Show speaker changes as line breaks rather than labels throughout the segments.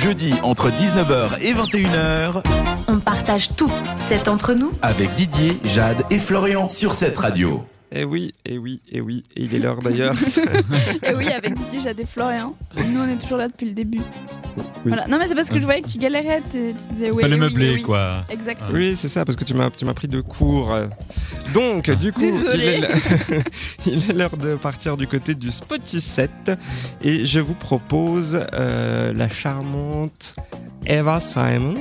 jeudi entre 19h et 21h
On partage tout. C'est entre nous.
avec Didier, Jade et Florian sur cette radio.
Eh oui, eh oui, eh oui, et il est l'heure d'ailleurs.
Et oui, avec Didier, Jade et Florian. Nous, on est toujours là depuis le début.
Oui.
Voilà. Non, mais c'est parce que je voyais que tu galérais. t'es- Tu disais, ouais,
Fallait
oui,
meubler,
oui.
quoi.
Exactement.
oui, c'est ça, parce que tu m'as, tu m'as pris de cours. Donc, du coup, il
Désolée.
est, l'heure- il est l'heure de partir du côté du Spotify 7 et je vous propose euh, la charmante Eva Simons.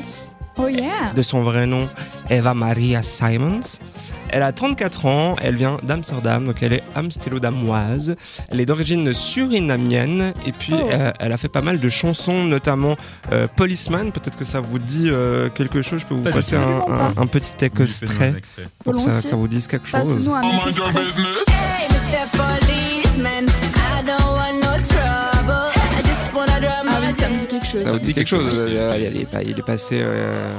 Oh yeah.
de son vrai nom, Eva Maria Simons. Elle a 34 ans, elle vient d'Amsterdam, donc elle est amstelodamoise. Elle est d'origine surinamienne et puis
Oh.
euh, elle a fait pas mal de chansons, notamment euh, Policeman. Peut-être que ça vous dit euh, quelque chose. Je peux vous
Pas du
passer
tout.
un, un- un petit
Fais-nous un
extrait
extrait.
pour que ça,
Volontiers.
que ça vous dise quelque
Pas
chose.
sous un extrait.
Hey, Mr. Policeman, I don't want no trouble. I just wanna drive
Ah
my
oui, ça me dit quelque chose.
Ça vous dit quelque chose euh, Il est, pas- il est passé euh,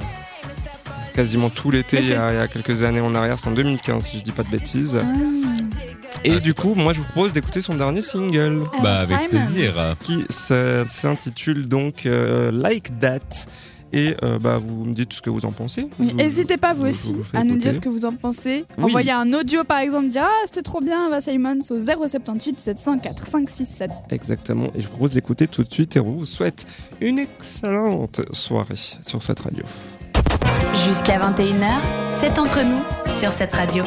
quasiment tout l'été
Mais
il y,
c'est-
a, il y a quelques années en arrière, c'est en 2015 si je dis pas de bêtises.
Ah,
Et du coup, moi je vous propose d'écouter son dernier single.
Bah,
Eva
avec
Simons.
plaisir.
qui se- s'intitule donc euh, Like That. Et euh, bah, vous me dites ce que vous en pensez.
Oui,
Vous-
N'hésitez pas vous
je
aussi
vous fais
à nous
écouter.
dire ce que vous en pensez.
Oui.
Envoyez un audio par exemple, dire ah c'était trop bien Eva Simons au 078 704 567.
Exactement. Et je vous propose d'écouter tout de suite et on vous souhaite une excellente soirée sur cette radio.
Jusqu'à 21h, c'est entre nous sur cette radio.